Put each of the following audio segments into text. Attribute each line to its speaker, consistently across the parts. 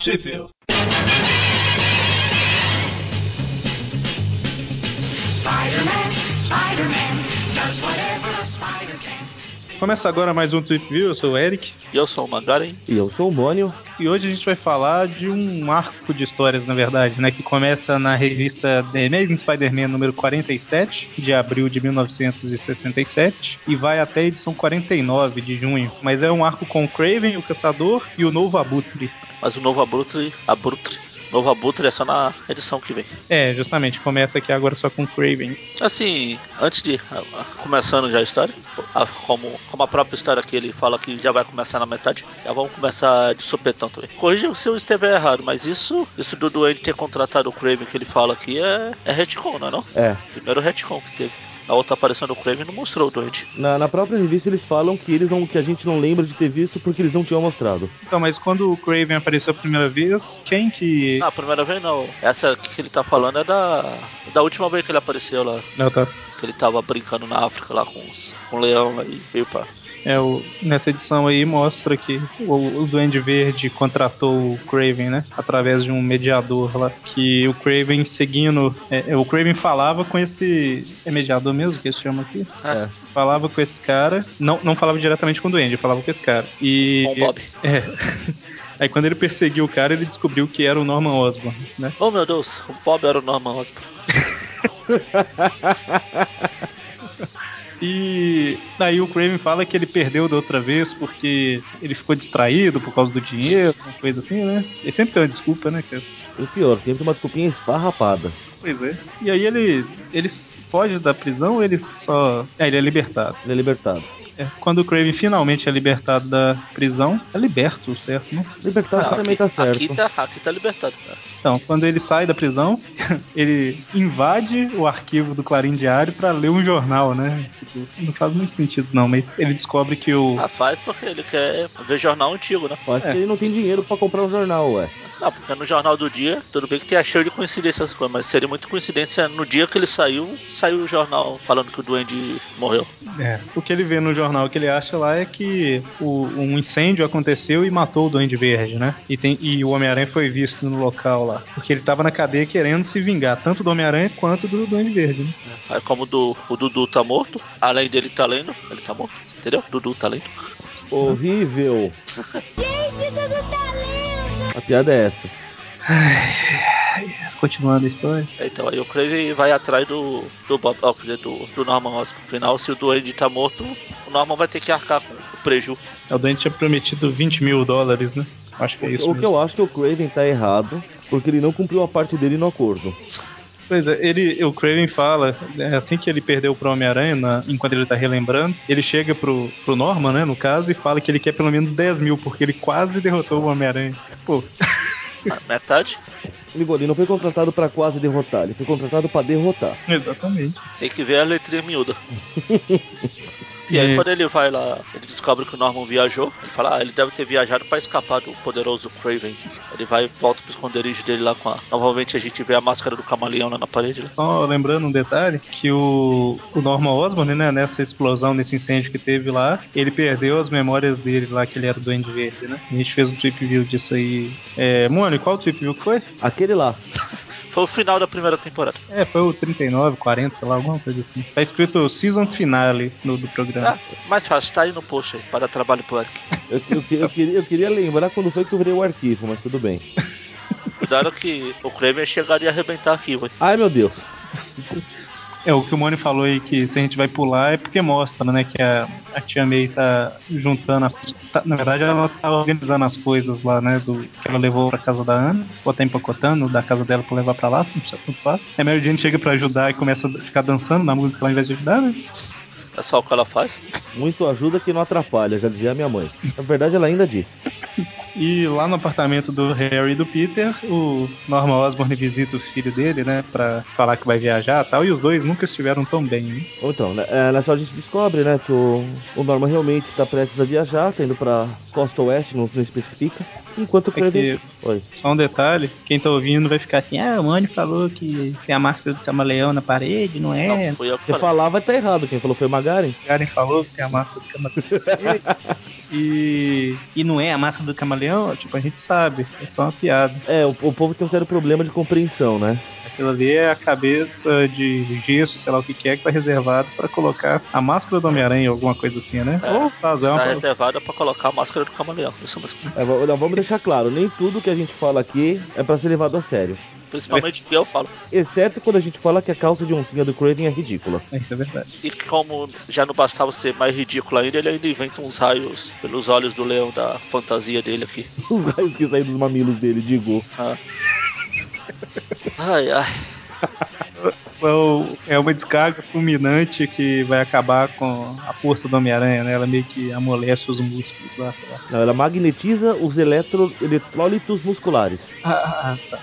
Speaker 1: Sheffield.
Speaker 2: Spider-Man, Spider-Man does whatever a spider can.
Speaker 1: Começa agora mais um Trip View, eu sou o Eric.
Speaker 3: E eu sou o Magaren.
Speaker 4: E eu sou o Mônio.
Speaker 1: E hoje a gente vai falar de um arco de histórias, na verdade, né? Que começa na revista The Amazing Spider-Man número 47, de abril de 1967, e vai até a edição 49 de junho. Mas é um arco com o Craven, o Caçador e o Novo Abutre.
Speaker 3: Mas o novo Abutre. Abutre. Novo Abutre é só na edição que vem.
Speaker 1: É, justamente, começa aqui agora só com o Craven.
Speaker 3: Assim, antes de. ah, ah, Começando já a história, ah, como, como a própria história aqui ele fala que já vai começar na metade, já vamos começar de sopetão também. Corrija se eu estiver errado, mas isso, isso do Duende ter contratado o Kraven que ele fala aqui é, é retcon, não é? Não?
Speaker 4: É.
Speaker 3: Primeiro retcon que teve. A outra aparecendo o Kraven não mostrou o Duende.
Speaker 4: Na, na própria revista eles falam que eles não, que a gente não lembra de ter visto porque eles não tinham mostrado.
Speaker 1: Então, mas quando o Craven apareceu a primeira vez, quem que.
Speaker 3: Ah, a primeira vez não. Essa que ele tá falando é da, da última vez que ele apareceu lá.
Speaker 1: Não, tá.
Speaker 3: Que ele tava brincando na África lá com, os, com o leão aí. Veio pra.
Speaker 1: É, o, nessa edição aí mostra que o, o Duende Verde contratou o Craven, né? Através de um mediador lá. Que o Craven seguindo. é, é, o Craven falava com esse. É mediador mesmo que eles chamam aqui?
Speaker 3: É.
Speaker 1: Falava com esse cara. Não, não falava diretamente com o Duende, falava com esse cara. E.
Speaker 3: Com o Bob.
Speaker 1: É. Aí quando ele perseguiu o cara, ele descobriu que era o Norman Osborn, né?
Speaker 3: Oh meu Deus, o Bob era o Norman Osborn.
Speaker 1: E daí o Craven fala que ele perdeu da outra vez porque ele ficou distraído por causa do dinheiro, uma coisa assim, né? Ele sempre tem uma desculpa, né, cara?
Speaker 4: E o pior, sempre uma desculpinha esfarrapada.
Speaker 1: Pois é. E aí ele, ele foge da prisão ou ele só. É, ele é libertado.
Speaker 4: Ele é libertado.
Speaker 1: É, Quando o Craven finalmente é libertado da prisão, é liberto, certo? Né?
Speaker 4: Libertado
Speaker 3: Ah,
Speaker 4: também tá certo. É.
Speaker 3: Aqui tá, aqui tá libertado. cara.
Speaker 1: Então, quando ele sai da prisão, ele invade o arquivo do Clarim Diário pra ler um jornal, né? Tipo, não faz muito sentido, não, mas ele descobre que o.
Speaker 3: Ah, faz porque ele quer ver jornal antigo, né?
Speaker 4: Acho que ele não tem dinheiro pra comprar um jornal, ué.
Speaker 3: Não, porque no jornal do dia, tudo bem que tenha cheio de coincidência essas coisas, mas seria muita coincidência no dia que ele saiu, saiu o jornal falando que o Duende morreu.
Speaker 1: É, o que ele vê no jornal que ele acha lá é que o- um incêndio aconteceu e matou o Duende Verde, né? E, tem- e o Homem-Aranha foi visto no local lá. Porque ele tava na cadeia querendo se vingar, tanto do Homem-Aranha quanto do Duende Verde, né?
Speaker 4: É.
Speaker 3: Aí como o Du- o Dudu tá morto, além dele tá lendo, ele tá morto, entendeu? O Dudu tá lendo.
Speaker 4: Horrível. A piada é essa.
Speaker 1: É, Continuando a história.
Speaker 3: Então aí o Crave vai atrás do. do Bob, ó, quer dizer, do, do Norman Osborn. No final, se o Duende tá morto, o Norman vai ter que arcar com o preju.
Speaker 1: É, O Duende tinha prometido 20 mil dólares, né? Acho que é isso.
Speaker 4: o que
Speaker 1: mesmo.
Speaker 4: eu acho que o Craven tá errado, porque ele não cumpriu a parte dele no acordo.
Speaker 1: Pois é, ele, o Craven fala, é, assim que ele perdeu pro Homem-Aranha, na- enquanto ele tá relembrando, ele chega pro, pro Norman, né, no caso, e fala que ele quer pelo menos 10 mil, porque ele quase derrotou o Homem-Aranha. Pô,
Speaker 3: A Metade
Speaker 4: Igor, ele não foi contratado pra quase derrotar, ele foi contratado pra derrotar.
Speaker 1: exatamente.
Speaker 3: tem que ver a letrinha miúda. E aí
Speaker 1: É.
Speaker 3: quando ele vai lá, ele descobre que o Norman viajou, ele fala, ah, ele deve ter viajado pra escapar do poderoso Craven. Ele vai e volta pro esconderijo dele lá com a. Novamente a gente vê a máscara do camaleão lá na parede. Né?
Speaker 1: Só lembrando um detalhe, que o, o Norman Osborn, né, nessa explosão, nesse incêndio que teve lá, ele perdeu as memórias dele lá, que ele era do Duende Verde, né? A gente fez um trip view disso aí. É, Mônio, qual trip view que foi?
Speaker 4: Aquele lá,
Speaker 3: Foi o final da primeira temporada.
Speaker 1: É, foi o 39, 40, sei lá, alguma coisa assim. Tá escrito Season Finale no, do programa.
Speaker 3: Ah, mais fácil, tá aí no post aí, para dar trabalho pro Eric.
Speaker 4: eu, eu, que- eu queria, eu queria lembrar quando foi que eu virei o arquivo, mas tudo bem.
Speaker 3: Cuidado que o Kramer chegaria a arrebentar aqui, velho.
Speaker 4: Ai meu Deus,
Speaker 1: É, o que o Mônio falou aí, que se a gente vai pular é porque mostra, né, que a, a tia May tá juntando, as, tá- na verdade ela tá organizando as coisas lá, né, do que ela levou pra casa da Ana, ou tá empacotando da casa dela pra levar pra lá, não precisa tanto fácil. Aí A Mary Jane chega pra ajudar e começa a ficar dançando na música lá ao invés de ajudar, né?
Speaker 3: É só o que ela faz.
Speaker 4: muito ajuda que não atrapalha, já dizia a minha mãe. Na verdade ela ainda disse.
Speaker 1: E lá no apartamento do Harry e do Peter, o Norman Osborn visita o filho dele, né, pra falar que vai viajar e tal, e os dois nunca estiveram tão bem, né?
Speaker 4: Ou Então, né, é, nessa hora a gente descobre, né, que o, o Norman realmente está prestes a viajar, tá indo pra costa oeste, não, não especifica. Enquanto o
Speaker 1: É
Speaker 4: Craven...
Speaker 1: que
Speaker 4: Oi.
Speaker 1: Só um detalhe, quem tá ouvindo vai ficar assim, ah, o Mani falou que tem a máscara do camaleão na parede, não é?
Speaker 3: Não, foi eu que
Speaker 4: Você
Speaker 3: falei.
Speaker 4: falava tá errado, quem falou foi o Magaren.
Speaker 1: O Karen falou que tem a máscara do camaleão. e, e não é a máscara do camaleão, tipo, a gente sabe, é só uma piada.
Speaker 4: É, o, o povo tem um sério problema de compreensão, né?
Speaker 1: Aquilo ali é a cabeça de gesso, sei lá o que que é, que tá reservado pra colocar a máscara do Homem-Aranha, alguma coisa assim, né?
Speaker 3: É.
Speaker 1: Ou fazer
Speaker 3: Tá
Speaker 1: uma...
Speaker 3: reservada pra colocar a máscara do camaleão. Isso mesmo.
Speaker 4: É, va- olha, vamos deixar claro, nem tudo que a gente fala aqui é pra ser levado a sério.
Speaker 3: Principalmente o que eu falo.
Speaker 4: Exceto quando a gente fala que a calça de oncinha do Craven é ridícula.
Speaker 1: É, Isso é verdade.
Speaker 3: E como já não bastava ser mais ridículo ainda, ele ainda inventa uns raios pelos olhos do leão da fantasia dele aqui.
Speaker 4: Os raios que saem dos mamilos dele, digo.
Speaker 3: Ah. Ai, ai.
Speaker 1: Então, é uma descarga fulminante que vai acabar com a força do Homem-Aranha, né? Ela meio que amolece os músculos lá. sei lá.
Speaker 4: Não, ela magnetiza os eletro... eletrólitos musculares.
Speaker 1: Ah, ah, tá.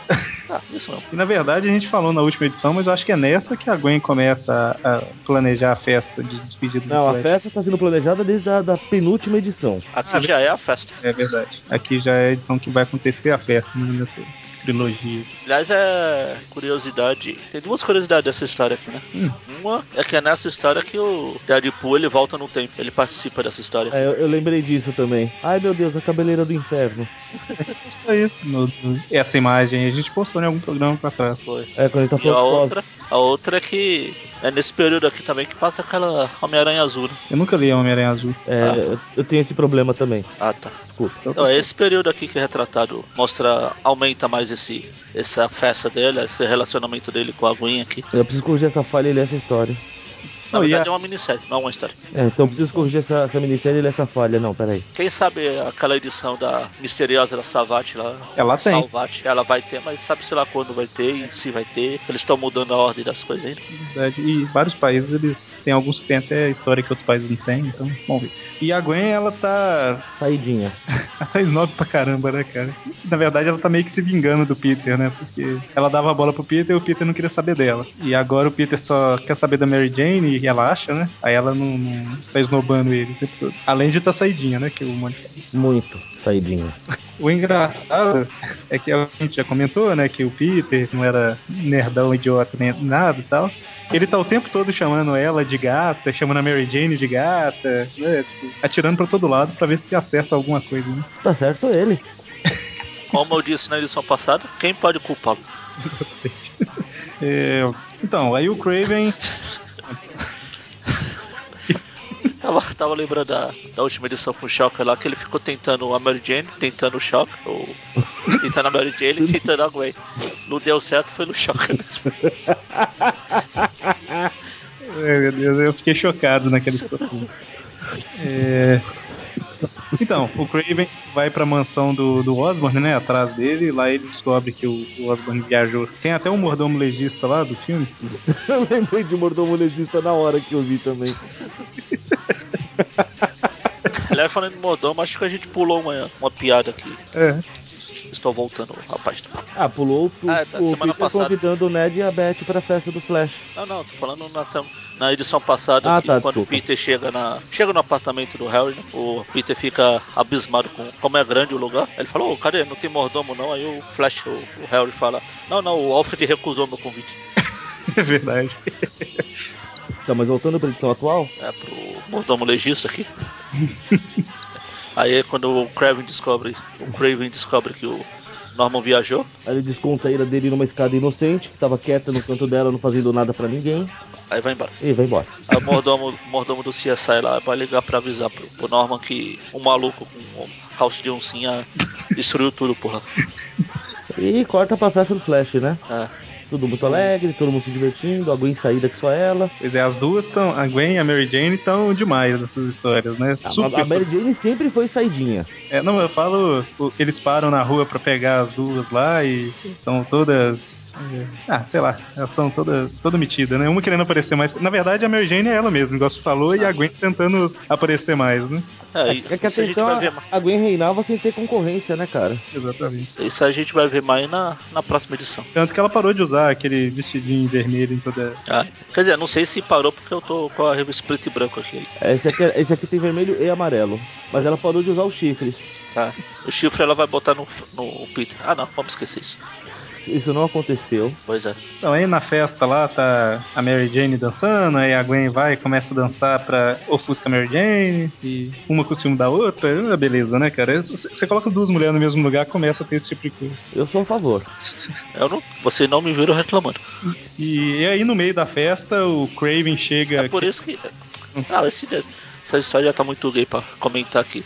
Speaker 3: Ah, isso mesmo.
Speaker 1: E na verdade a gente falou na última edição, mas eu acho que é nessa que a Gwen começa a, a planejar a festa de despedida
Speaker 4: Não, a
Speaker 1: Flash.
Speaker 4: festa tá sendo planejada desde a da penúltima edição.
Speaker 3: Aqui já é a festa.
Speaker 1: É verdade. Aqui já é a edição que vai acontecer a festa né, nessa trilogia.
Speaker 3: Aliás, é curiosidade. Tem duas curiosidades dessa história aqui, né? Uma é que é nessa história que o Deadpool ele volta no tempo. Ele participa dessa história.
Speaker 4: É, eu, eu lembrei disso também. Ai meu Deus, a cabeleira do inferno.
Speaker 1: Posta isso, no, no- essa imagem. A gente postou em algum programa pra trás.
Speaker 3: Foi.
Speaker 4: É, quando a gente tá
Speaker 3: E a
Speaker 4: falando do Cosmo.
Speaker 3: outra, a outra é que é nesse período aqui também que passa aquela Homem-Aranha azul. Né?
Speaker 1: Eu nunca li Homem-Aranha Azul.
Speaker 4: É,
Speaker 3: Ah.
Speaker 4: eu, eu tenho esse problema também.
Speaker 3: Ah, tá.
Speaker 4: Desculpa.
Speaker 3: Então é esse período aqui que é retratado, mostra, aumenta mais esse, essa festa dele, esse relacionamento dele com a Gwen aqui.
Speaker 4: Eu preciso corrigir essa falha e ler essa história.
Speaker 3: Na
Speaker 1: Não, e
Speaker 3: verdade
Speaker 1: a-
Speaker 3: é uma minissérie, não é uma história.
Speaker 4: É, então eu preciso corrigir essa, essa minissérie e ler essa falha. Não, peraí.
Speaker 3: Quem sabe aquela edição da misteriosa da Savate lá.
Speaker 1: Ela tem.
Speaker 3: Salvati, ela vai ter, mas sabe sei lá quando vai ter e se vai ter. Eles estão mudando a ordem das coisas ainda.
Speaker 1: na verdade. E vários países, eles têm alguns que têm até história que outros países não têm, então vamos ver. E a Gwen, ela tá.
Speaker 4: Saidinha.
Speaker 1: Ela tá snob pra caramba, né, cara? Na verdade, ela tá meio que se vingando do Peter, né? Porque ela dava a bola pro Peter e o Peter não queria saber dela. E agora o Peter só quer saber da Mary Jane e ela acha, né? Aí ela não, não tá esnobando ele o tempo todo. Além de tá saidinha, né? Que o Mônica
Speaker 4: Muito saidinha.
Speaker 1: O engraçado é que a gente já comentou, né, que o Peter não era nerdão, idiota, nem nada e tal. Ele tá o tempo todo chamando ela de gata, chamando a Mary Jane de gata, né, tipo, atirando pra todo lado pra ver se acerta alguma coisa, né?
Speaker 4: Tá certo ele.
Speaker 3: Como eu disse na edição passada, quem pode culpá-lo?
Speaker 1: É, então, aí o Craven...
Speaker 3: Tava, tava lembrando da, da última edição com o Shocker lá, que ele ficou tentando a Mary Jane, tentando o Shocker, ou tentando a Mary Jane e tentando a Gwen. Não deu certo, foi no Shocker mesmo.
Speaker 1: Ai, meu Deus, é, eu fiquei chocado naquela situação. É, Então, o Craven vai pra mansão do, do Osborne, né? Atrás dele, lá ele descobre que o, o Osborne viajou. Tem até um mordomo legista lá do filme.
Speaker 4: Eu lembrei de mordomo legista na hora que eu vi também.
Speaker 3: Aliás, falando de mordomo, acho que a gente pulou uma, uma piada aqui.
Speaker 1: É.
Speaker 3: Estou voltando à página.
Speaker 4: Ah, pulou o,
Speaker 3: Ah, tá,
Speaker 4: o
Speaker 3: semana
Speaker 4: Peter
Speaker 3: passada.
Speaker 4: convidando o Ned e a Beth pra festa do Flash.
Speaker 3: Não, não, tô falando na, sem- na edição passada,
Speaker 4: Ah,
Speaker 3: que
Speaker 4: tá,
Speaker 3: quando o
Speaker 4: desculpa.
Speaker 3: Peter chega na chega no apartamento do Harry, né, o Peter fica abismado com como é grande o lugar. Ele falou, cadê? Não tem mordomo não. Aí o Flash, o, o Harry fala, não, não, o Alfred recusou meu convite.
Speaker 1: É verdade.
Speaker 4: Tá, mas voltando pra edição atual,
Speaker 3: É, pro mordomo legista aqui. Aí quando o Craven descobre, o Craven descobre que o Norman viajou,
Speaker 4: aí ele desconta a ira dele numa escada inocente, que tava quieta no canto dela, não fazendo nada pra ninguém,
Speaker 3: aí vai embora.
Speaker 4: e vai embora.
Speaker 3: Aí o mordomo, o mordomo do CSI lá vai ligar pra avisar pro, pro Norman que um maluco com um calço de oncinha destruiu tudo por lá.
Speaker 4: E corta pra festa do Flash, né?
Speaker 3: É.
Speaker 4: Tudo muito alegre, todo mundo se divertindo, a Gwen saída que só ela.
Speaker 1: Pois é, as duas estão. A Gwen e a Mary Jane estão demais nessas histórias, né?
Speaker 4: A-
Speaker 1: Super.
Speaker 4: Tá, A, a Mary Jane sempre foi saidinha.
Speaker 1: É, não, eu falo. o- Eles param na rua pra pegar as duas lá e são todas. é, Ah, sei lá, elas estão todas toda metidas, né? Uma querendo aparecer mais. Na verdade, a Mary Jane é ela mesma, igual você falou, e a Gwen tentando aparecer mais, né?
Speaker 3: É,
Speaker 4: É que
Speaker 3: isso
Speaker 4: até
Speaker 3: a gente
Speaker 4: então
Speaker 3: vai
Speaker 4: a,
Speaker 3: ver mais.
Speaker 4: a Gwen reinava sem ter concorrência, né, cara?
Speaker 1: Exatamente.
Speaker 3: Isso a gente vai ver mais na, na próxima edição.
Speaker 1: Tanto que ela parou de usar aquele vestidinho vermelho em toda.
Speaker 3: Ah, Quer dizer, não sei se parou porque eu tô com a revista preto e branco aqui.
Speaker 4: É, Esse aqui, esse aqui tem vermelho e amarelo. Mas ela parou de usar os chifres.
Speaker 3: O chifre ela vai botar no, no Peter. Ah não, vamos esquecer isso.
Speaker 4: Isso não aconteceu.
Speaker 3: Pois é.
Speaker 1: Então aí na festa lá tá a Mary Jane dançando, aí a Gwen vai e começa a dançar pra ofusca a Mary Jane, e uma com o ciúme da outra, ah, beleza, né, cara? Você coloca duas mulheres no mesmo lugar, começa a ter esse tipo de coisa.
Speaker 4: Eu sou a favor.
Speaker 3: Eu não, vocês não me viram reclamando.
Speaker 1: E, e aí no meio da festa, o Craven chega.
Speaker 3: É por isso que. Não, esse, essa história já tá muito gay pra comentar aqui.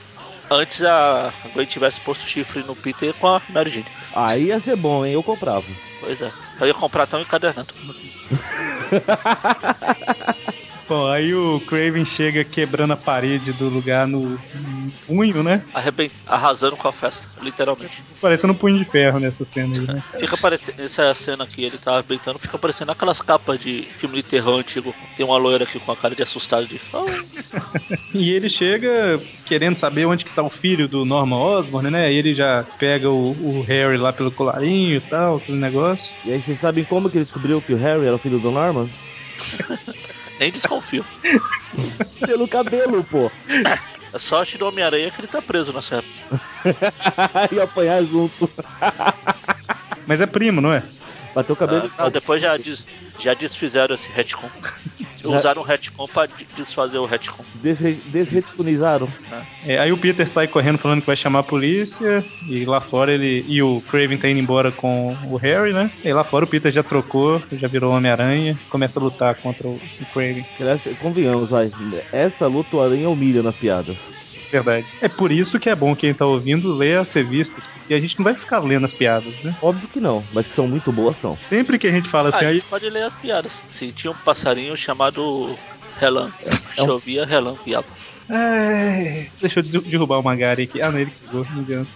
Speaker 3: Antes a Gwen tivesse posto chifre no Peter com a Mary Jane.
Speaker 4: Aí ia ser bom, hein? Eu comprava.
Speaker 3: Pois é. Eu ia comprar tão encadernado.
Speaker 1: Bom, aí o Craven chega quebrando a parede do lugar no punho, né?
Speaker 3: Arreben... Arrasando com a festa, literalmente.
Speaker 1: Parecendo um punho de ferro nessa cena aí, né?
Speaker 3: Fica parecendo. Essa cena aqui, ele tá arrebentando, fica parecendo aquelas capas de filme de terror antigo. Tem uma loira aqui com a cara de assustado de. "Oh,
Speaker 1: E ele chega querendo saber onde que tá o filho do Norman Osborn, né? Aí ele já pega o, o Harry lá pelo colarinho e tal, aquele negócio.
Speaker 4: E aí vocês sabem como que ele descobriu que o Harry era o filho do Norman?
Speaker 3: nem desconfio.
Speaker 4: Pelo cabelo, pô.
Speaker 3: A sorte do Homem-Aranha é que ele tá preso nessa época.
Speaker 4: e apanhar junto.
Speaker 1: Mas é primo, não é?
Speaker 4: Bateu o cabelo.
Speaker 3: Ah, não, depois já, des... já desfizeram esse retcon. Usaram o retcon pra de- desfazer o retcon.
Speaker 4: Desre desreticonizaram.
Speaker 1: É, aí o Peter sai correndo falando que vai chamar a polícia. E lá fora ele. E o Craven tá indo embora com o Harry, né? E lá fora o Peter já trocou, já virou Homem-Aranha. Começa a lutar contra o, o Craven.
Speaker 4: Aliás, Convenhamos, vai. Essa luta o aranha humilha nas piadas.
Speaker 1: Verdade. É por isso que é bom quem tá ouvindo ler as revistas. E a gente não vai ficar lendo as piadas, né?
Speaker 4: Óbvio que não, mas que são muito boas são.
Speaker 1: Sempre que a gente fala
Speaker 3: Ah,
Speaker 1: assim,
Speaker 3: a
Speaker 1: aí.
Speaker 3: gente pode ler as piadas. Sim, tinha um passarinho chamado Relan. Chovia Relan, piaba.
Speaker 1: Ai, deixa eu des- derrubar o Magari aqui. Ah, não, ele que pegou, não adianta.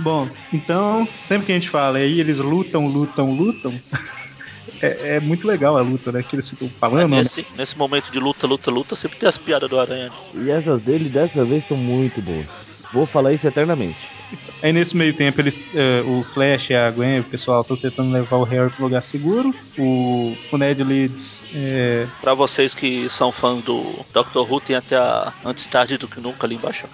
Speaker 1: Bom, então, sempre que a gente fala, aí eles lutam, lutam, lutam. É, é muito legal a luta, né? Que eles ficam falando. né?
Speaker 3: Nesse, nesse momento de luta, luta, luta, sempre tem as piadas do Aranha.
Speaker 4: E essas dele dessa vez estão muito boas. Vou falar isso eternamente.
Speaker 1: Aí nesse meio tempo eles, eh, o Flash, a Gwen, o pessoal estão tentando levar o Harry pro lugar seguro. O, o Ned Leeds eh,
Speaker 3: Pra vocês que são fãs do Doctor Who, tem até a Antes Tarde do que Nunca ali embaixo.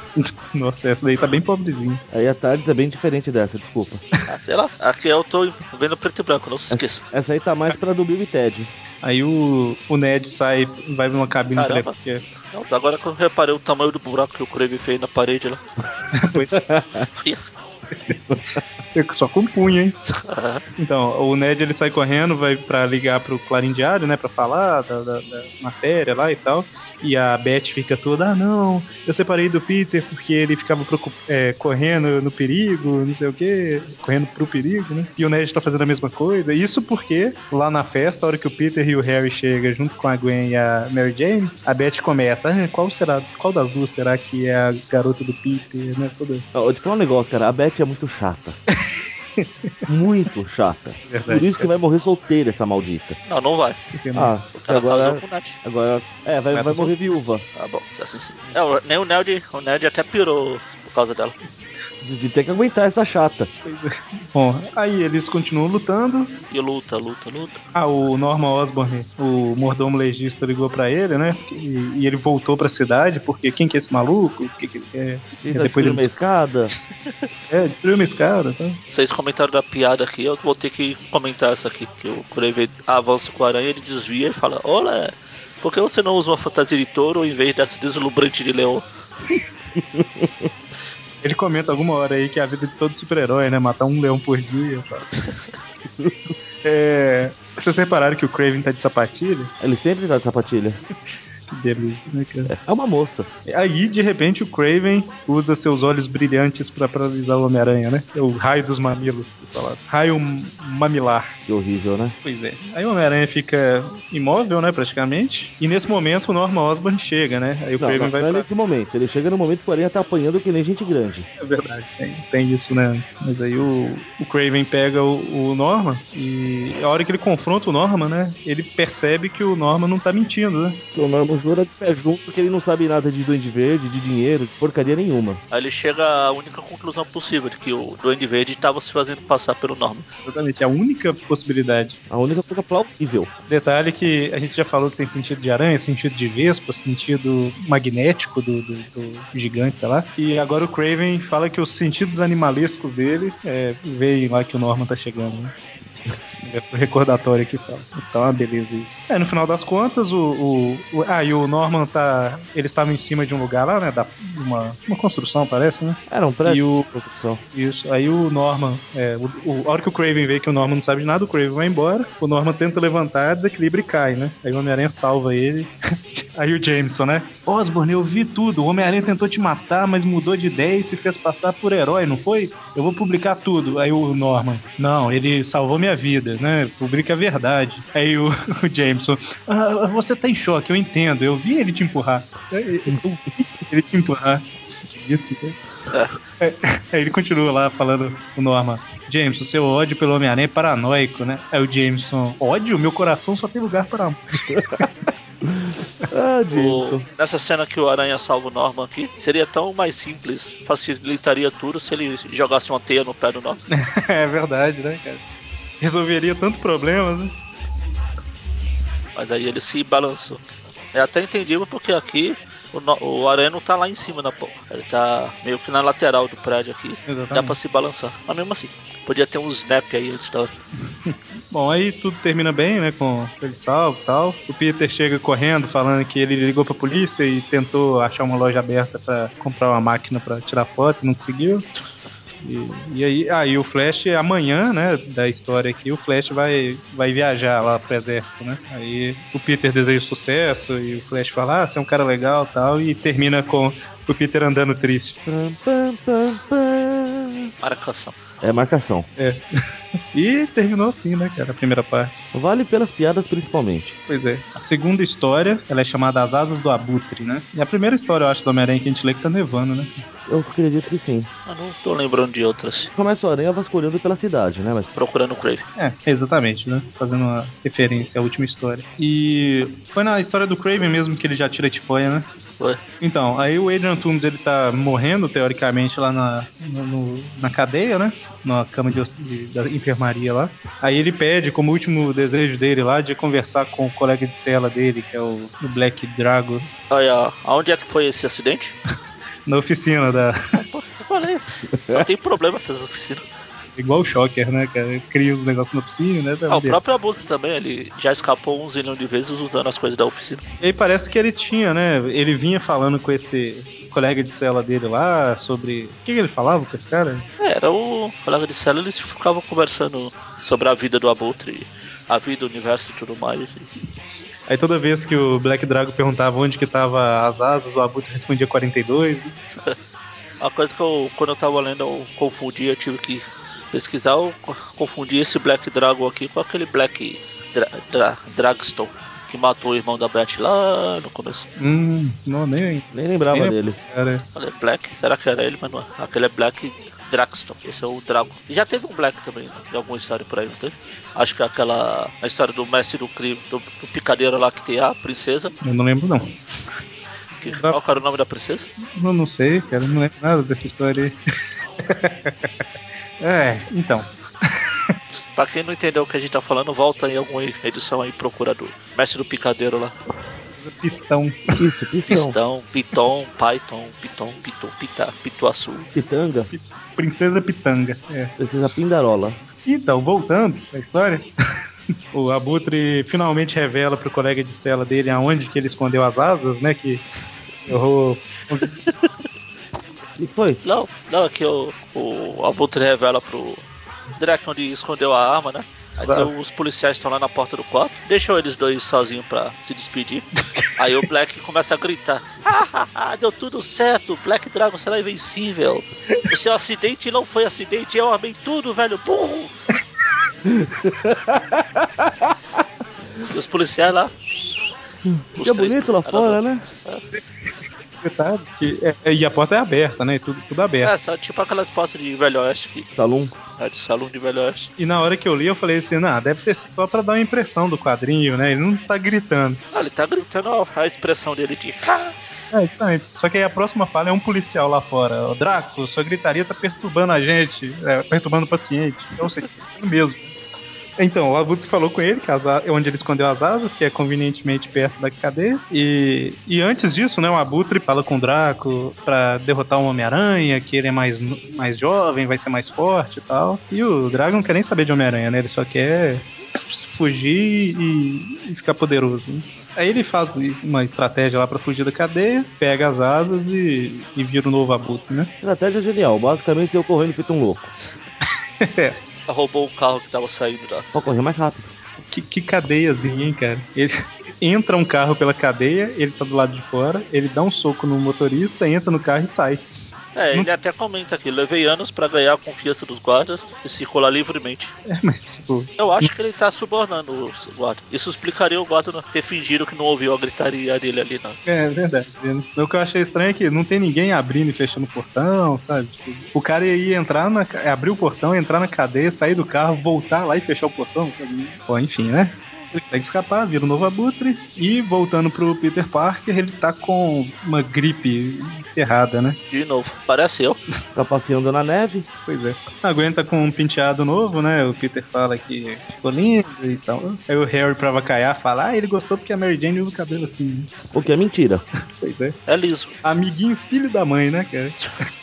Speaker 1: Nossa, essa daí tá bem pobrezinho.
Speaker 4: Aí a Tardes é bem diferente dessa, desculpa.
Speaker 3: Ah, sei lá, aqui eu tô vendo preto e branco, não se esqueça.
Speaker 4: Essa aí tá mais pra do Bill e Ted.
Speaker 1: Aí o, o Ned sai, vai numa cabine
Speaker 3: Caramba.
Speaker 1: telefônica.
Speaker 3: Não, Então, agora que eu reparei o tamanho do buraco que o Craven fez na parede lá.
Speaker 1: Pois é, Só com punho, hein? Então, o Ned ele sai correndo, vai pra ligar pro Clarim Diário, né, pra falar da, da- da matéria lá e tal. E a Beth fica toda, ah não, eu separei do Peter porque ele ficava preocup- é, correndo no perigo, não sei o que, correndo pro perigo, né? E o Ned tá fazendo a mesma coisa. Isso porque lá na festa, a hora que o Peter e o Harry chegam junto com a Gwen e a Mary Jane, a Beth começa, ah, qual será, qual das duas será que é a garota do Peter, né? Toda
Speaker 4: Ó, Vou te falar um negócio, cara. A Beth é muito chata. muito chata. Por
Speaker 1: verdade.
Speaker 4: isso que vai morrer solteira essa maldita.
Speaker 3: Não, não vai.
Speaker 1: porque não-
Speaker 4: Ah,
Speaker 3: O cara casou
Speaker 4: agora.
Speaker 3: com o Ned.
Speaker 4: Agora. É, vai,
Speaker 1: Vai
Speaker 4: vai
Speaker 1: pra
Speaker 4: morrer viúva.
Speaker 3: Tá bom, assim sim. É, o- nem o Ned, o Ned até pirou por causa dela.
Speaker 4: De, de ter que aguentar essa chata.
Speaker 1: Pois é. Bom, aí eles continuam lutando.
Speaker 3: E luta, luta, luta.
Speaker 1: Ah, o Norman Osborn, o mordomo legista, ligou pra ele, né? E, e ele voltou pra cidade, porque quem que é esse maluco? Que que ele quer?
Speaker 4: Ele
Speaker 1: Depois
Speaker 4: tá depois
Speaker 1: ele-
Speaker 4: uma escada.
Speaker 1: É, destruiu minha escada, tá?
Speaker 3: Vocês comentaram da piada aqui, eu vou ter que comentar essa aqui. Que o Craven avança com a aranha, ele desvia e fala: Olá, por que você não usa uma fantasia de touro em vez dessa deslumbrante de leão?
Speaker 1: Ele comenta alguma hora aí que é a vida de todo super-herói, né? Matar um leão por dia e tal. É, vocês repararam que o Craven tá de sapatilha?
Speaker 4: Ele sempre tá de sapatilha.
Speaker 1: Que delícia, né, cara?
Speaker 4: É uma moça.
Speaker 1: Aí, de repente, o Craven usa seus olhos brilhantes pra paralisar o Homem-Aranha, né? É o raio dos mamilos, falado. Raio mamilar.
Speaker 4: Que horrível, né?
Speaker 1: Pois é. Aí o Homem-Aranha fica imóvel, né, praticamente. E nesse momento o Norman Osborn chega, né? Aí o
Speaker 4: Não,
Speaker 1: Craven
Speaker 4: não,
Speaker 1: vai
Speaker 4: não é
Speaker 1: pra...
Speaker 4: nesse momento. Ele chega no momento que o Aranha tá apanhando que nem gente grande.
Speaker 1: É verdade, tem, tem isso, né? antes. Mas aí o, o Craven pega o, o Norman e a hora que ele confronta o Norman, né? Ele percebe que o Norman não tá mentindo, né?
Speaker 4: Que o Norman jura de pé junto que ele não sabe nada de Duende Verde, de dinheiro, de porcaria nenhuma.
Speaker 3: Aí ele chega à única conclusão possível de que o Duende Verde estava se fazendo passar pelo Norman.
Speaker 1: Exatamente, é a única possibilidade.
Speaker 4: A única coisa plausível.
Speaker 1: Detalhe que a gente já falou que tem sentido de aranha, sentido de vespa, sentido magnético do, do- do gigante, sei lá. E agora o Craven fala que os sentidos animalescos dele é, veem lá que o Norman tá chegando, né? É o recordatório que fala. Então é uma beleza isso. É, no final das contas, o. o, o- ah, e o Norman tá. Eles estavam em cima de um lugar lá, né? Da, uma, uma construção, parece, né?
Speaker 4: Era um prédio.
Speaker 1: E o,
Speaker 4: Construção.
Speaker 1: isso, aí o Norman, é, o, o- a hora que o Craven vê que o Norman não sabe de nada, o Craven vai embora, o Norman tenta levantar, desequilibra e cai, né? Aí o Homem-Aranha salva ele. aí o Jameson, né? Osborne, eu vi tudo, o Homem-Aranha tentou te matar, mas mudou de ideia e se fez passar por herói, não foi? Eu vou publicar tudo. Aí o Norman, não, ele salvou minha vida, né? Publica a verdade. Aí o, o Jameson, ah, você tá em choque, eu entendo, eu vi ele te empurrar. Eu vi ele te empurrar. Isso, né?
Speaker 3: É.
Speaker 1: Aí aí ele continua lá falando o Norma. James, o seu ódio pelo Homem-Aranha é paranoico, né? Aí o Jameson, ódio? Meu coração só tem lugar para amor.
Speaker 4: Ah,
Speaker 3: O-
Speaker 4: Jameson.
Speaker 3: nessa cena que o Aranha salva o Norman aqui, seria tão mais simples, facilitaria tudo se ele jogasse uma teia no pé do Norman.
Speaker 1: é verdade, né, cara? Resolveria tanto problemas, né?
Speaker 3: Mas aí ele se balançou. É até entendível porque aqui o, no- o Aranha não tá lá em cima na porra. Ele tá meio que na lateral do prédio aqui.
Speaker 1: Exatamente.
Speaker 3: Dá pra se balançar. Mas mesmo assim, podia ter um snap aí antes da hora.
Speaker 1: Bom, aí tudo termina bem, né? Com ele salvo e tal. O Peter chega correndo, falando que ele ligou pra polícia e tentou achar uma loja aberta pra comprar uma máquina pra tirar foto, não conseguiu. E, e aí, aí o Flash, amanhã, né, da história aqui, o Flash vai, vai viajar lá pro exército, né? Aí o Peter deseja sucesso e o Flash fala, ah, você é um cara legal e tal, e termina com o Peter andando triste.
Speaker 4: Pam, pam, pam, pam.
Speaker 3: Marcação.
Speaker 4: É marcação.
Speaker 1: É. e terminou assim, né, cara, a primeira parte.
Speaker 4: Vale pelas piadas principalmente.
Speaker 1: Pois é. A segunda história, ela é chamada As Asas do Abutre, né? E a primeira história, eu acho, do Homem-Aranha que a gente lê que tá nevando, né?
Speaker 4: Eu acredito que sim.
Speaker 3: Eu não tô lembrando de outras.
Speaker 4: Começa o Aranha vasculhando pela cidade, né? Mas
Speaker 3: Procurando o Crave.
Speaker 1: É, exatamente, né? Fazendo uma referência à última história. E foi na história do Craven mesmo que ele já tira a tipoia, né?
Speaker 3: Foi.
Speaker 1: Então, aí o Adrian Toomes, ele tá morrendo, teoricamente, lá na, no- no- na cadeia, né? Na cama de, hos- de- da enfermaria lá. Aí ele pede, como último desejo dele lá, de conversar com o colega de cela dele, que é o, o Black Drago,
Speaker 3: Olha, aonde é que foi esse acidente?
Speaker 1: na oficina da,
Speaker 3: Pô, eu falei. Só tem problema essas oficinas.
Speaker 1: Igual o Shocker, né, cara? Cria os negócios na oficina, né?
Speaker 3: Ah, o
Speaker 1: Deve-
Speaker 3: próprio Abutre também, ele já escapou um zilhão de vezes usando as coisas da oficina.
Speaker 1: E aí parece que ele tinha, né? Ele vinha falando com esse colega de cela dele lá sobre. O que, que ele falava com esse cara?
Speaker 3: É, era o colega de cela, eles ficavam conversando sobre a vida do Abutre, a vida, o universo e tudo mais. E
Speaker 1: Aí toda vez que o Black Drago perguntava onde que tava as asas, o Abutre respondia 42. né?
Speaker 3: Uma coisa que eu, quando eu tava lendo, eu confundi, eu tive que pesquisar, eu co- confundi esse Black Dragon aqui com aquele Black Dra Dra Dragstone, que matou o irmão da Beth lá no começo.
Speaker 1: Hum, não, nem,
Speaker 4: nem lembrava
Speaker 1: É.
Speaker 4: dele.
Speaker 1: cara.
Speaker 3: Falei, Black, será que era ele? Mas não é. Aquele é Black Draxton. Esse é o Drago. E já teve um Black também, né? Em alguma história por aí, não teve? Acho que é aquela. A história do mestre do crime, do, do picadeiro lá que tem a princesa.
Speaker 1: Eu não lembro, não.
Speaker 3: Que, qual que era o nome da princesa?
Speaker 1: Eu não sei, cara. eu Não lembro nada dessa história aí. é, então.
Speaker 3: Pra quem não entendeu o que a gente tá falando, volta em alguma edição aí, procura do mestre do picadeiro lá.
Speaker 1: Pistão.
Speaker 4: Isso, pistão,
Speaker 3: Pistão, Piton, Python, Piton, Piton, Pita, Pituaçu.
Speaker 4: pitanga,
Speaker 1: Princesa Pitanga. É.
Speaker 4: precisa pindarola.
Speaker 1: Então, voltando à história, o Abutre finalmente revela pro colega de cela dele aonde que ele escondeu as asas, né? Que errou.
Speaker 4: O que foi?
Speaker 3: Não, não, é que o, o Abutre revela pro Drake onde escondeu a arma, né? Aí tem
Speaker 1: Claro.
Speaker 3: os policiais estão lá na porta do quarto, deixam eles dois sozinhos pra se despedir. Aí o Black começa a gritar: "Ah, ah, ah, deu tudo certo, Black Dragon será invencível. O seu acidente não foi acidente, eu amei tudo, velho, burro! E os policiais lá. os
Speaker 4: Fica
Speaker 3: três
Speaker 4: bonito lá né?
Speaker 3: policiais
Speaker 4: fora, né?
Speaker 1: detalhe que é- e a porta é aberta, né? E tudo, tudo aberto.
Speaker 3: É, só tipo aquelas postas de Velho Oeste, que,
Speaker 4: Salum.
Speaker 3: é, de salão de Velho Oeste.
Speaker 1: E na hora que eu li, eu falei assim, não, deve ser só pra dar uma impressão do quadrinho, né? Ele não tá gritando.
Speaker 3: Ah, ele tá gritando a- a expressão dele de. "Ah!"
Speaker 1: É, exatamente. Só que aí a próxima fala é um policial lá fora. O Draco, sua gritaria tá perturbando a gente, é, perturbando o paciente. Então sei é mesmo. Então, o Abutre falou com ele, que as a- onde ele escondeu as asas, que é convenientemente perto da cadeia. E, e antes disso, né, o Abutre fala com o Draco pra derrotar o Homem-Aranha, que ele é mais, no- mais jovem, vai ser mais forte e tal. E o Draco não quer nem saber de Homem-Aranha, né? Ele só quer fugir e, e ficar poderoso. né? Aí ele faz uma estratégia lá pra fugir da cadeia, pega as asas e, e vira o novo Abutre, né?
Speaker 4: Estratégia genial. Basicamente, saiu correndo feito um louco.
Speaker 1: É,
Speaker 3: Roubou o carro que tava saindo da.
Speaker 4: Pode correr mais rápido.
Speaker 1: Que, que cadeiazinha, hein, cara? Ele entra um carro pela cadeia, ele tá do lado de fora, ele dá um soco no motorista, entra no carro e sai.
Speaker 3: É, ele até comenta aqui: levei anos pra ganhar a confiança dos guardas e circular livremente.
Speaker 1: É, mas tipo,
Speaker 3: Eu acho que ele tá subornando os guardas. Isso explicaria o guarda não ter fingido que não ouviu a gritaria dele ali, não.
Speaker 1: é verdade. né? O que eu achei estranho é que não tem ninguém abrindo e fechando o portão, sabe? Tipo, o cara ia entrar na. ca- abrir o portão, entrar na cadeia, sair do carro, voltar lá e fechar o portão, sabe? Bom, enfim, né? Ele consegue escapar, vira o novo abutre. E voltando pro Peter Parker, ele tá com uma gripe ferrada, né?
Speaker 3: De novo, parece eu.
Speaker 4: Tá passeando na neve.
Speaker 1: Pois é. Aguenta com um penteado novo, né? O Peter fala que ficou lindo e tal. Aí o Harry pra vacaiar fala, ah, ele gostou porque a Mary Jane usa o cabelo assim.
Speaker 4: O que é mentira.
Speaker 1: Pois é.
Speaker 3: É liso.
Speaker 1: Amiguinho filho da mãe, né, cara?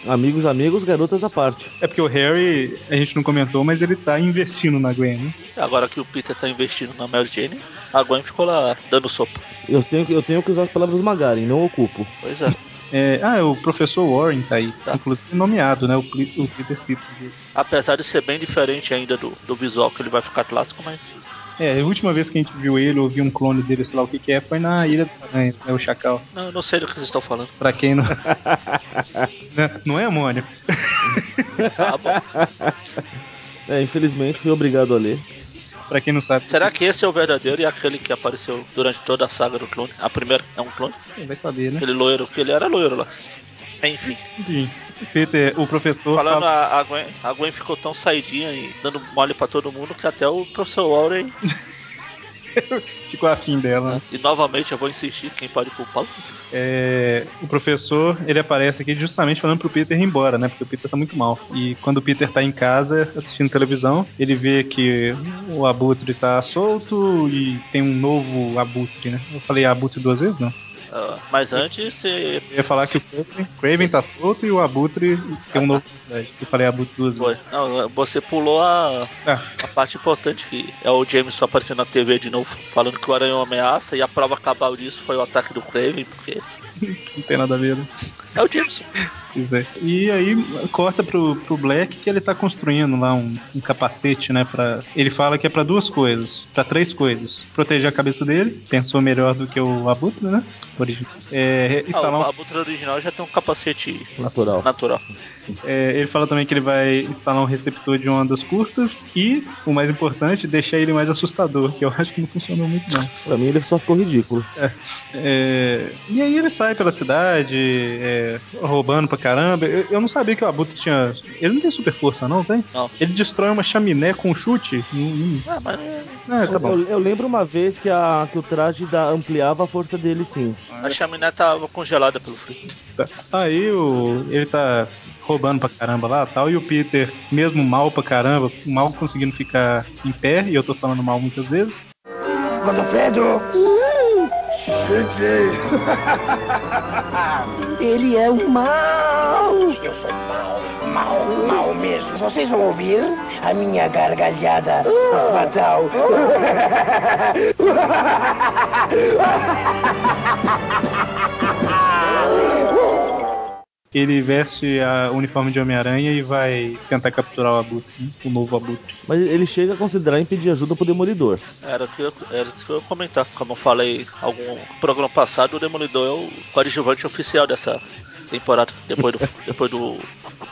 Speaker 4: Amigos, amigos, garotas à parte.
Speaker 1: É porque o Harry, a gente não comentou, mas ele tá investindo na Gwen, né?
Speaker 3: Agora que o Peter tá investindo na Mary Jane, a Gwen ficou lá dando sopa.
Speaker 4: Eu tenho, que- eu tenho que usar as palavras Magaren, não ocupo.
Speaker 3: Pois é.
Speaker 1: É, ah, o professor Warren tá aí.
Speaker 3: Tá.
Speaker 1: Inclusive nomeado, né? O, Pli- o Peter Cito dele.
Speaker 3: Apesar de ser bem diferente ainda do, do visual que ele vai ficar clássico, mas
Speaker 1: É, a última vez que a gente viu ele, ou viu um clone dele, sei lá o que que é, foi na Ilha dos Aranhas, né? O Chacal.
Speaker 3: não, eu não sei do que vocês estão falando.
Speaker 1: Pra quem não... Né? não é, Mônio?
Speaker 3: Ah, bom.
Speaker 4: É, infelizmente, fui obrigado a ler.
Speaker 1: Pra quem não sabe...
Speaker 3: Será que esse é o verdadeiro e aquele que apareceu durante toda a saga do clone? A primeira é um clone?
Speaker 1: Vai saber, né?
Speaker 3: Aquele loiro, que ele era loiro lá. Enfim,
Speaker 1: Enfim, Peter, o professor.
Speaker 3: falando
Speaker 1: fala-
Speaker 3: a, a Gwen, a Gwen ficou tão saidinha e dando mole pra todo mundo que até o professor Warren,
Speaker 1: ficou afim dela. né?
Speaker 3: e novamente eu vou insistir, quem pode culpá-lo?
Speaker 1: É, o professor, ele aparece aqui justamente falando pro Peter ir embora, né? Porque o Peter tá muito mal. E quando o Peter tá em casa assistindo televisão, ele vê que o abutre tá solto e tem um novo abutre, né? Eu falei abutre duas vezes, não?
Speaker 3: Ah, mas antes, se...
Speaker 1: Eu ia falar que o Craven, Craven tá solto e o abutre tem um novo. Eu falei abutre duas vezes.
Speaker 3: Foi. Não, você pulou a,
Speaker 1: Ah,
Speaker 3: a parte importante que é o James só aparecendo na TV de novo, falando que o Aranha é uma ameaça e a prova cabal disso foi o ataque do Kraven, porque
Speaker 1: não tem nada a ver, né?
Speaker 3: é o James.
Speaker 1: Pois é. E aí corta pro, pro Black que ele tá construindo lá um, um capacete, né? Pra, ele fala que é pra duas coisas, pra três coisas. Proteger a cabeça dele, pensou melhor do que o Abutre, né? Original. É,
Speaker 3: Ah, o
Speaker 1: instalar um-
Speaker 3: Abutre original já tem um capacete
Speaker 4: Natural.
Speaker 3: natural.
Speaker 1: é, ele fala também que ele vai instalar um receptor de ondas curtas e, o mais importante, deixar ele mais assustador, que eu acho que não funcionou muito não.
Speaker 4: Pra mim, ele só ficou ridículo.
Speaker 1: É, e aí ele sai pela cidade, é, roubando pra caramba. Eu, eu não sabia que o Abutre tinha. Ele não tem super força, não, tem?
Speaker 3: Não.
Speaker 1: Ele destrói uma chaminé com um chute? Hum,
Speaker 3: Ah, mas
Speaker 1: hum. É, tá
Speaker 4: Eu-
Speaker 1: bom.
Speaker 4: Eu, eu lembro uma vez que, a, que o traje da, ampliava a força dele, sim.
Speaker 3: a chaminé tava congelada pelo frio.
Speaker 1: Tá. Aí o, ele tá roubando pra caramba lá tal. E o Peter, mesmo mal pra caramba, mal conseguindo ficar em pé, e eu tô falando mal muitas vezes.
Speaker 5: Godofredo! Cheguei!
Speaker 6: Ele é
Speaker 5: um
Speaker 6: o mal.
Speaker 5: Eu sou mal, mal, mal mesmo. Vocês vão ouvir a minha gargalhada fatal. Ah!
Speaker 1: Ele veste a uniforme de Homem-Aranha e vai tentar capturar o Abutre, né? o novo Abutre.
Speaker 4: Mas ele chega a considerar em pedir ajuda pro Demolidor.
Speaker 3: Era, o que eu, era isso que eu ia comentar. Como eu falei algum programa passado, o Demolidor é o coadjuvante oficial dessa temporada. Depois do, depois do,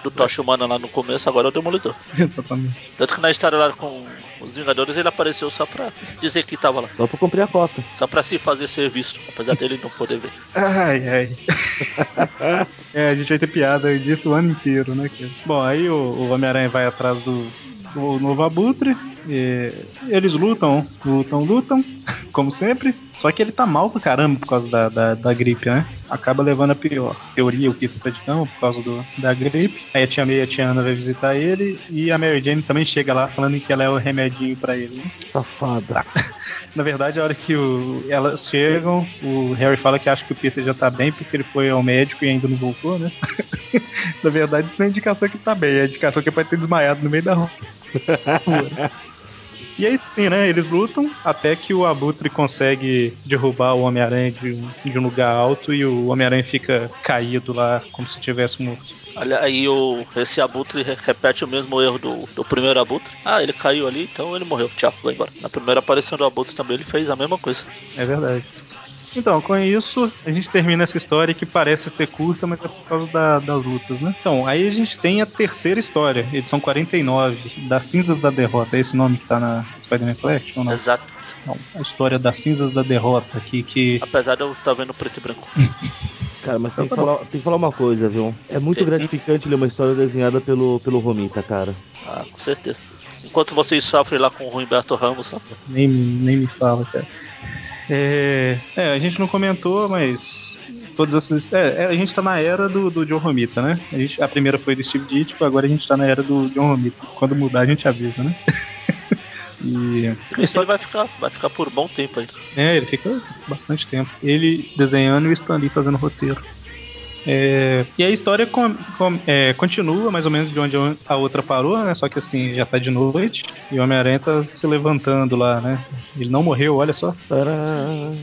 Speaker 3: do Tocha Humana lá no começo, agora é o Demolidor.
Speaker 1: Exatamente.
Speaker 3: Tanto que na história lá com os Vingadores ele apareceu só pra dizer que tava lá.
Speaker 4: Só pra cumprir a cota.
Speaker 3: Só pra se fazer ser visto, apesar dele não poder ver.
Speaker 1: Ai, ai. é, a gente vai ter piada disso o ano inteiro, né? cara? Bom, aí o, o Homem-Aranha vai atrás do, do novo Abutre. e eles lutam, lutam, lutam, como sempre. Só que ele tá mal pra caramba por causa da, da, da gripe, né? Acaba levando a pior teoria, o que tá de cama, por causa do, da gripe. Aí a tia May e a tia Ana vai visitar ele. E a Mary Jane também chega lá falando que ela é o remedinho pra ele, né?
Speaker 4: Safada.
Speaker 1: Na verdade, a hora que o- elas chegam, o Harry fala que acha que o Peter já tá bem porque ele foi ao médico e ainda não voltou, né? Na verdade, isso não é indicação que tá bem, é indicação que ele pode ter desmaiado no meio da rua. E aí sim, né? Eles lutam até que o Abutre consegue derrubar o Homem-Aranha de, um- de um lugar alto e o Homem-Aranha fica caído lá, como se tivesse morto.
Speaker 3: Olha, aí o, esse abutre re- repete o mesmo erro do, do primeiro abutre. Ah, ele caiu ali, então ele morreu. Tchau, vai embora. Na primeira aparição do abutre também ele fez a mesma coisa.
Speaker 1: É verdade. Então, com isso, a gente termina essa história que parece ser curta, mas é por causa da- das lutas, né? Então, aí a gente tem a terceira história, edição 49, das Cinzas da Derrota. É esse o nome que tá na Spider-Man Flash? Ou não?
Speaker 3: Exato.
Speaker 1: não? A história das Cinzas da Derrota, que, que
Speaker 3: Apesar de eu estar vendo preto e branco.
Speaker 4: Cara, mas tem que, falar, tem que falar uma coisa, viu? É muito
Speaker 3: Sim.
Speaker 4: gratificante ler uma história desenhada pelo, pelo Romita, cara.
Speaker 3: Ah, com certeza. Enquanto vocês sofrem lá com o Humberto Ramos, lá,
Speaker 1: nem, nem me fala, cara. É, é, a gente não comentou, mas todas essas. É, é, a gente tá na era do, do John Romita, né? A, gente- a primeira foi do Steve Ditko, agora a gente tá na era do John Romita. Quando mudar, a gente avisa, né? e.
Speaker 3: se bem que ele vai ficar, vai ficar por um bom tempo ainda.
Speaker 1: É, ele fica bastante tempo. Ele desenhando e o Stan Lee fazendo roteiro. É, e a história com- com- é, continua mais ou menos de onde a outra parou, né? Só que assim, já tá de noite e o Homem-Aranha tá se levantando lá, né? Ele não morreu, olha só.
Speaker 4: Tcharam.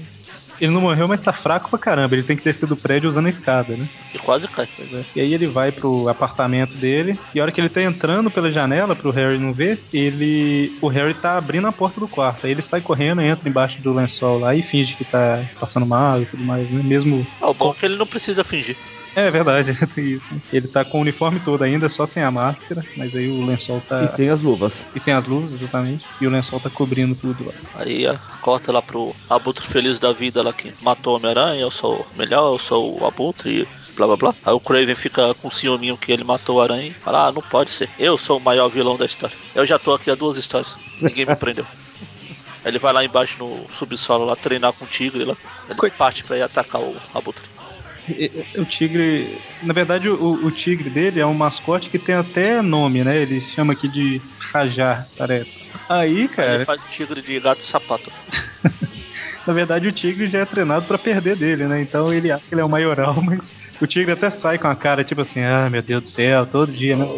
Speaker 1: Ele não morreu, mas tá fraco pra caramba. Ele tem que descer do prédio usando a escada, né?
Speaker 3: E quase cai.
Speaker 1: E aí ele vai pro apartamento dele e a hora que ele tá entrando pela janela pro Harry não ver, ele o Harry tá abrindo a porta do quarto. Aí ele sai correndo, entra embaixo do lençol lá e finge que tá passando mal e tudo mais, né? Mesmo
Speaker 3: Ah, o bom é que ele não precisa fingir.
Speaker 1: é verdade, tem isso. né? Ele tá com o uniforme todo ainda, só sem a máscara, mas aí o lençol tá
Speaker 4: E sem as luvas.
Speaker 1: e sem as luzes exatamente, e o lençol tá cobrindo tudo lá.
Speaker 3: Aí ah, corta lá pro Abutre Feliz da Vida lá que matou o Homem-Aranha, eu sou o melhor, eu sou o Abutre e blá blá blá. Aí o Craven fica com ciúminho que ele matou o Aranha e fala, ah, não pode ser, eu sou o maior vilão da história. Eu já tô aqui há duas histórias, ninguém me prendeu. Aí Ele vai lá embaixo no subsolo lá treinar com o Tigre lá. Ele
Speaker 1: Coit-
Speaker 3: parte pra ir atacar o Abutre.
Speaker 1: E- e- O tigre. Na verdade, o, o tigre dele é um mascote que tem até nome, né? Ele chama aqui de Rajar Tarefa. Aí,
Speaker 3: Ele
Speaker 1: cara,
Speaker 3: faz o Tigre de gato e sapato.
Speaker 1: na verdade o tigre já é treinado pra perder dele, né? Então ele acha que ele é o maioral, mas o tigre até sai com a cara tipo assim: ah, meu Deus do céu, todo dia, né?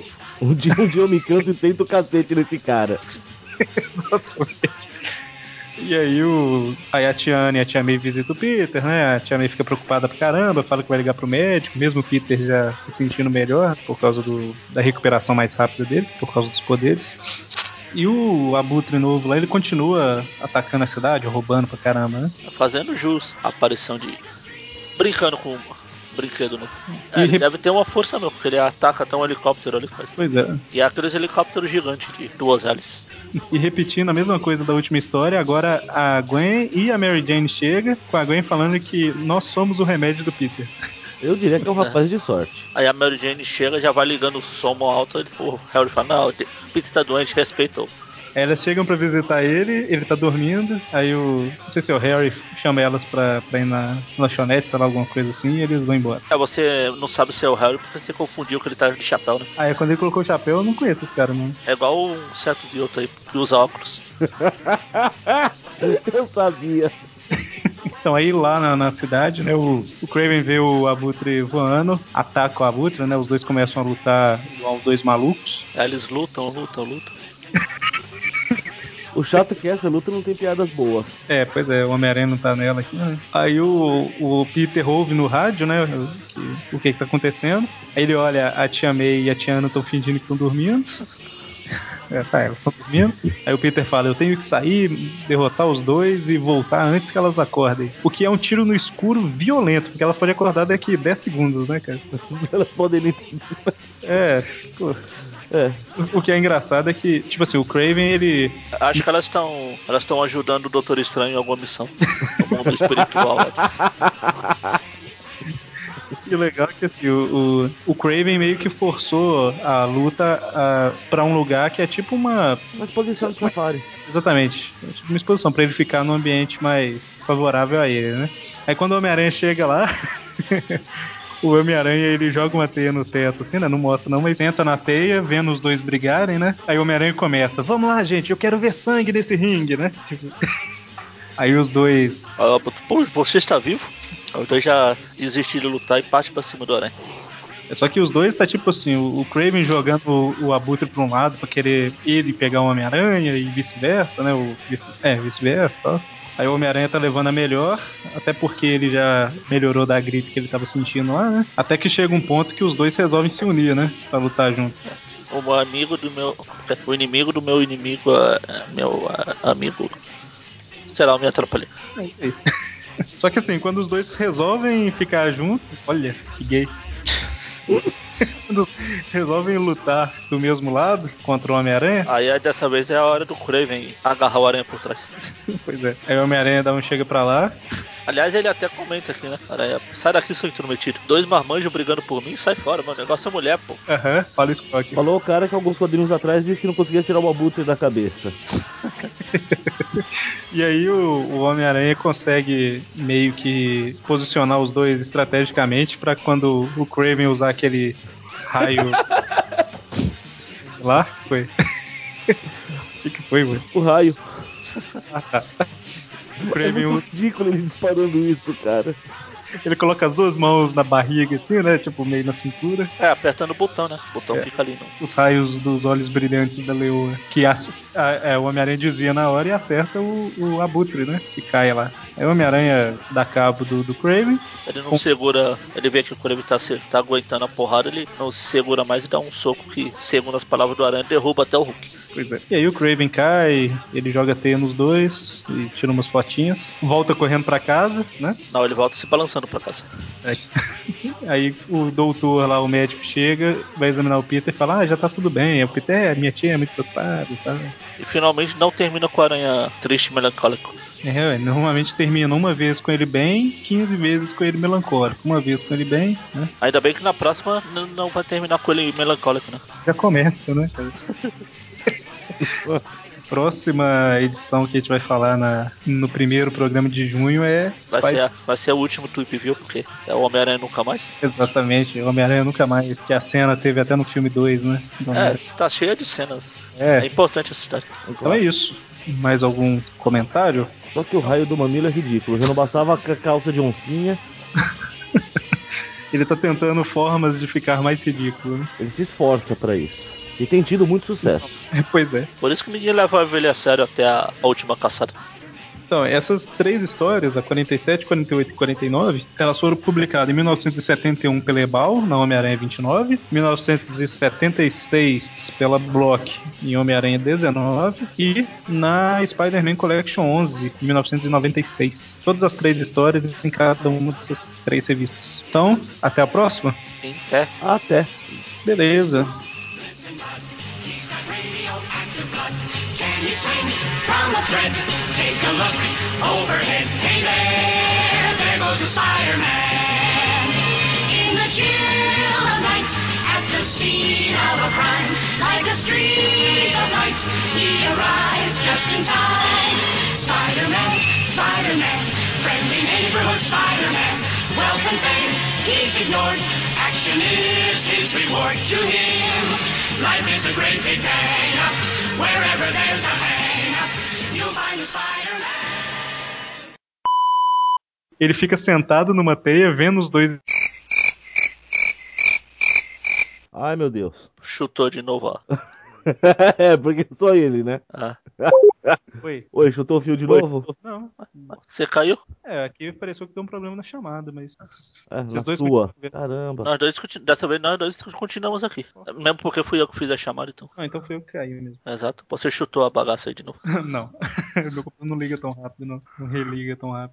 Speaker 4: Um dia, um dia eu me canso e sento o cacete nesse cara.
Speaker 1: E aí o. Aí a Tiane e a Tia May visitam o Peter, né? A Tia May fica preocupada pra caramba, fala que vai ligar pro médico, mesmo o Peter já se sentindo melhor por causa do, da recuperação mais rápida dele, por causa dos poderes. E o Abutre novo lá, ele continua atacando a cidade, roubando pra caramba, né?
Speaker 3: Fazendo jus à aparição de. brincando com um brinquedo novo.
Speaker 1: E
Speaker 3: É, ele
Speaker 1: rep-
Speaker 3: deve ter uma força mesmo, porque ele ataca até um helicóptero ali faz.
Speaker 1: Pois é.
Speaker 3: E é aqueles helicópteros gigantes de duas hélices.
Speaker 1: E repetindo a mesma coisa da última história, agora a Gwen e a Mary Jane chegam com a Gwen falando que nós somos o remédio do Peter.
Speaker 4: Eu diria que é um rapaz de sorte.
Speaker 3: Aí a Mary Jane chega, já vai ligando o som mó alto. Ele, o Harry fala: Não, o Peter tá doente, respeitou.
Speaker 1: Aí É, elas chegam pra visitar ele, ele tá dormindo, aí o. Não sei se é o Harry chama elas pra, pra ir na lanchonete, sei lá, alguma coisa assim, e eles vão embora.
Speaker 3: É, você não sabe se é o Harry porque você confundiu que ele tá de chapéu, né?
Speaker 1: Aí quando ele colocou o chapéu, eu não conheço esse cara, não.
Speaker 3: É igual um certo de outro aí que usa óculos.
Speaker 4: eu sabia.
Speaker 1: Então aí lá na, na cidade, né, o, o Craven vê o Abutre voando, ataca o Abutre, né? Os dois começam a lutar igual dois malucos.
Speaker 3: Aí eles lutam, lutam, lutam.
Speaker 4: O chato é que essa luta não tem piadas boas.
Speaker 1: É, pois é, o Homem-Aranha não tá nela aqui, né? Aí o, o Peter ouve no rádio, né? o que- o que que tá acontecendo. Aí ele olha, a Tia May e a Tia Ana estão fingindo que estão dormindo. É, tá, elas estão dormindo. Aí o Peter fala: Eu tenho que sair, derrotar os dois e voltar antes que elas acordem. O que é um tiro no escuro violento, porque elas podem acordar daqui 10 segundos, né, cara?
Speaker 4: Elas podem nem.
Speaker 1: É, pô.
Speaker 4: É.
Speaker 1: O que é engraçado é que, tipo assim, o Craven ele.
Speaker 3: Acho que elas estão elas estão ajudando o Doutor Estranho em alguma missão. Alguma missão espiritual. né?
Speaker 1: E o legal é que assim, o, o, o Craven meio que forçou a luta a, pra um lugar que é tipo uma.
Speaker 4: Uma exposição de safari.
Speaker 1: Exatamente. é tipo uma exposição, pra ele ficar num ambiente mais favorável a ele, né? Aí quando o Homem-Aranha chega lá. O Homem-Aranha ele joga uma teia no teto, assim, né? Não mostra não, mas entra na teia, vendo os dois brigarem, né? Aí o Homem-Aranha começa: Vamos lá, gente, eu quero ver sangue nesse ringue, né? Tipo. Aí os dois
Speaker 3: Ah, pô, Você está vivo? Os dois já desistiram de lutar e parte pra cima do Aranha.
Speaker 1: É Só que os dois tá tipo assim, o o Kraven jogando o, o Abutre pra um lado pra querer ele pegar o Homem-Aranha e vice-versa, né? O vice- é, vice-versa e tal. Aí o Homem-Aranha tá levando a melhor, até porque ele já melhorou da gripe que ele tava sentindo lá, né? Até que chega um ponto que os dois resolvem se unir, né? Pra lutar junto.
Speaker 3: O amigo do meu. O inimigo do meu inimigo. ah, ah, Meu ah, amigo. Sei lá, eu me atrapalhei.
Speaker 1: É isso aí. Só que assim, quando os dois resolvem ficar juntos, olha, que gay. quando resolvem lutar do mesmo lado contra o Homem-Aranha,
Speaker 3: Aí aí, dessa vez é a hora do Kraven agarrar o Aranha por trás.
Speaker 1: pois é. Aí o Homem-Aranha dá um chega pra lá,
Speaker 3: Aliás, ele até comenta aqui, né? Aranha, sai daqui, seu intrometido. Dois marmanjos brigando por mim, sai fora, mano. O negócio é mulher, pô.
Speaker 1: Aham, fala isso Scott.
Speaker 4: Falou o cara que alguns quadrinhos atrás disse que não conseguia tirar o abutre da cabeça.
Speaker 1: E aí o, o Homem-Aranha consegue meio que posicionar os dois estrategicamente pra quando o Kraven usar aquele raio lá, que foi? O que, que foi, mano?
Speaker 4: O raio.
Speaker 1: Ah, tá. O
Speaker 4: É
Speaker 1: Kraven
Speaker 4: muito
Speaker 1: usa-
Speaker 4: ridículo ele disparando isso, cara.
Speaker 1: ele coloca as duas mãos na barriga assim, né? Tipo, meio na cintura.
Speaker 3: É, apertando o botão, né? O botão fica ali no.
Speaker 1: Os raios dos olhos brilhantes da leoa. Que as- a- é, o Homem-Aranha desvia na hora e acerta o, o abutre, né? Que cai lá. Aí o Homem-Aranha dá cabo do, do Kraven.
Speaker 3: Ele não segura. Ele vê que o Kraven tá, se- tá aguentando a porrada, ele não se segura mais e dá um soco que, segundo as palavras do Aranha, derruba até o Hulk.
Speaker 1: Pois é. E aí o Craven cai, ele joga teia nos dois e tira umas fotinhas, volta correndo pra casa, né? É.
Speaker 3: Não, ele volta se balançando pra casa.
Speaker 1: Aí o doutor lá, o médico chega, vai examinar o Peter e fala: "Ah, já tá tudo bem". Aí o Peter, é, minha tia é muito preocupada, e tal.
Speaker 3: E finalmente não termina com o Aranha triste e melancólico.
Speaker 1: É, ué, normalmente termina uma vez com ele bem, 15 vezes com ele melancólico, uma vez com ele bem, né?
Speaker 3: Ainda bem que na próxima n- não vai terminar com ele melancólico, né?
Speaker 1: Já começa, né? Próxima edição que a gente vai falar na- no primeiro programa de junho é
Speaker 3: Vai
Speaker 1: Spider-
Speaker 3: ser, a- vai ser o último Tweep View, porque é o Homem-Aranha nunca mais.
Speaker 1: Exatamente, Homem-Aranha nunca mais, que a cena teve até no filme 2, né? Do
Speaker 3: É, tá cheia de cenas.
Speaker 1: É,
Speaker 3: É importante essa história.
Speaker 1: então é isso. Mais algum comentário?
Speaker 4: Só que o raio do mamilo é ridículo. Já não bastava a calça de oncinha,
Speaker 1: Ele tá tentando formas de ficar mais ridículo, né?
Speaker 4: ele se esforça pra isso. E tem tido muito sucesso.
Speaker 1: Pois é.
Speaker 3: Por isso que ninguém levava ele a sério até a, a última caçada.
Speaker 1: Então, essas três histórias, a 47, 48 e 49, elas foram publicadas em 1971 pela Ebal, na Homem-Aranha 29, 1976 pela Block, em Homem-Aranha 19, e na Spider-Man Collection 11, em 1996. Todas as três histórias em cada uma dessas três revistas. Então, até a próxima.
Speaker 3: Sim, é.
Speaker 4: Até.
Speaker 1: Beleza.
Speaker 2: Listen, bud, he's got radioactive blood. Can you swing from a thread? Take a look overhead. Hey there, there goes a Spider-Man. In the chill of night, at the scene of a crime, like a streak of light, he arrives just in time. Spider-Man, Spider-Man, friendly neighborhood Spider-Man. Welcome fame, he's ignored. Action is his reward to him. Life is a great big hang-up. Wherever there's a hang-up, you'll find a Spider-Man.
Speaker 1: Ele fica sentado numa teia, vendo os dois.
Speaker 4: Ai, meu Deus.
Speaker 3: Chutou de novo, ó.
Speaker 4: é, porque só ele, né?
Speaker 3: Ah,
Speaker 1: Oi.
Speaker 4: Oi, chutou o fio de
Speaker 1: Oi.
Speaker 4: novo?
Speaker 1: Não.
Speaker 3: você caiu?
Speaker 1: É, aqui pareceu que deu um problema na chamada, mas.
Speaker 4: É, na
Speaker 1: Vocês dois
Speaker 4: sua.
Speaker 1: continuam.
Speaker 4: Caramba.
Speaker 3: Nós dois, continu- dessa vez nós dois continuamos aqui. Mesmo porque fui eu que fiz a chamada, então.
Speaker 1: Ah, então foi eu que caí mesmo.
Speaker 3: Exato. Você chutou a bagaça aí de novo.
Speaker 1: não. Meu computador não liga tão rápido, não. Não religa tão rápido.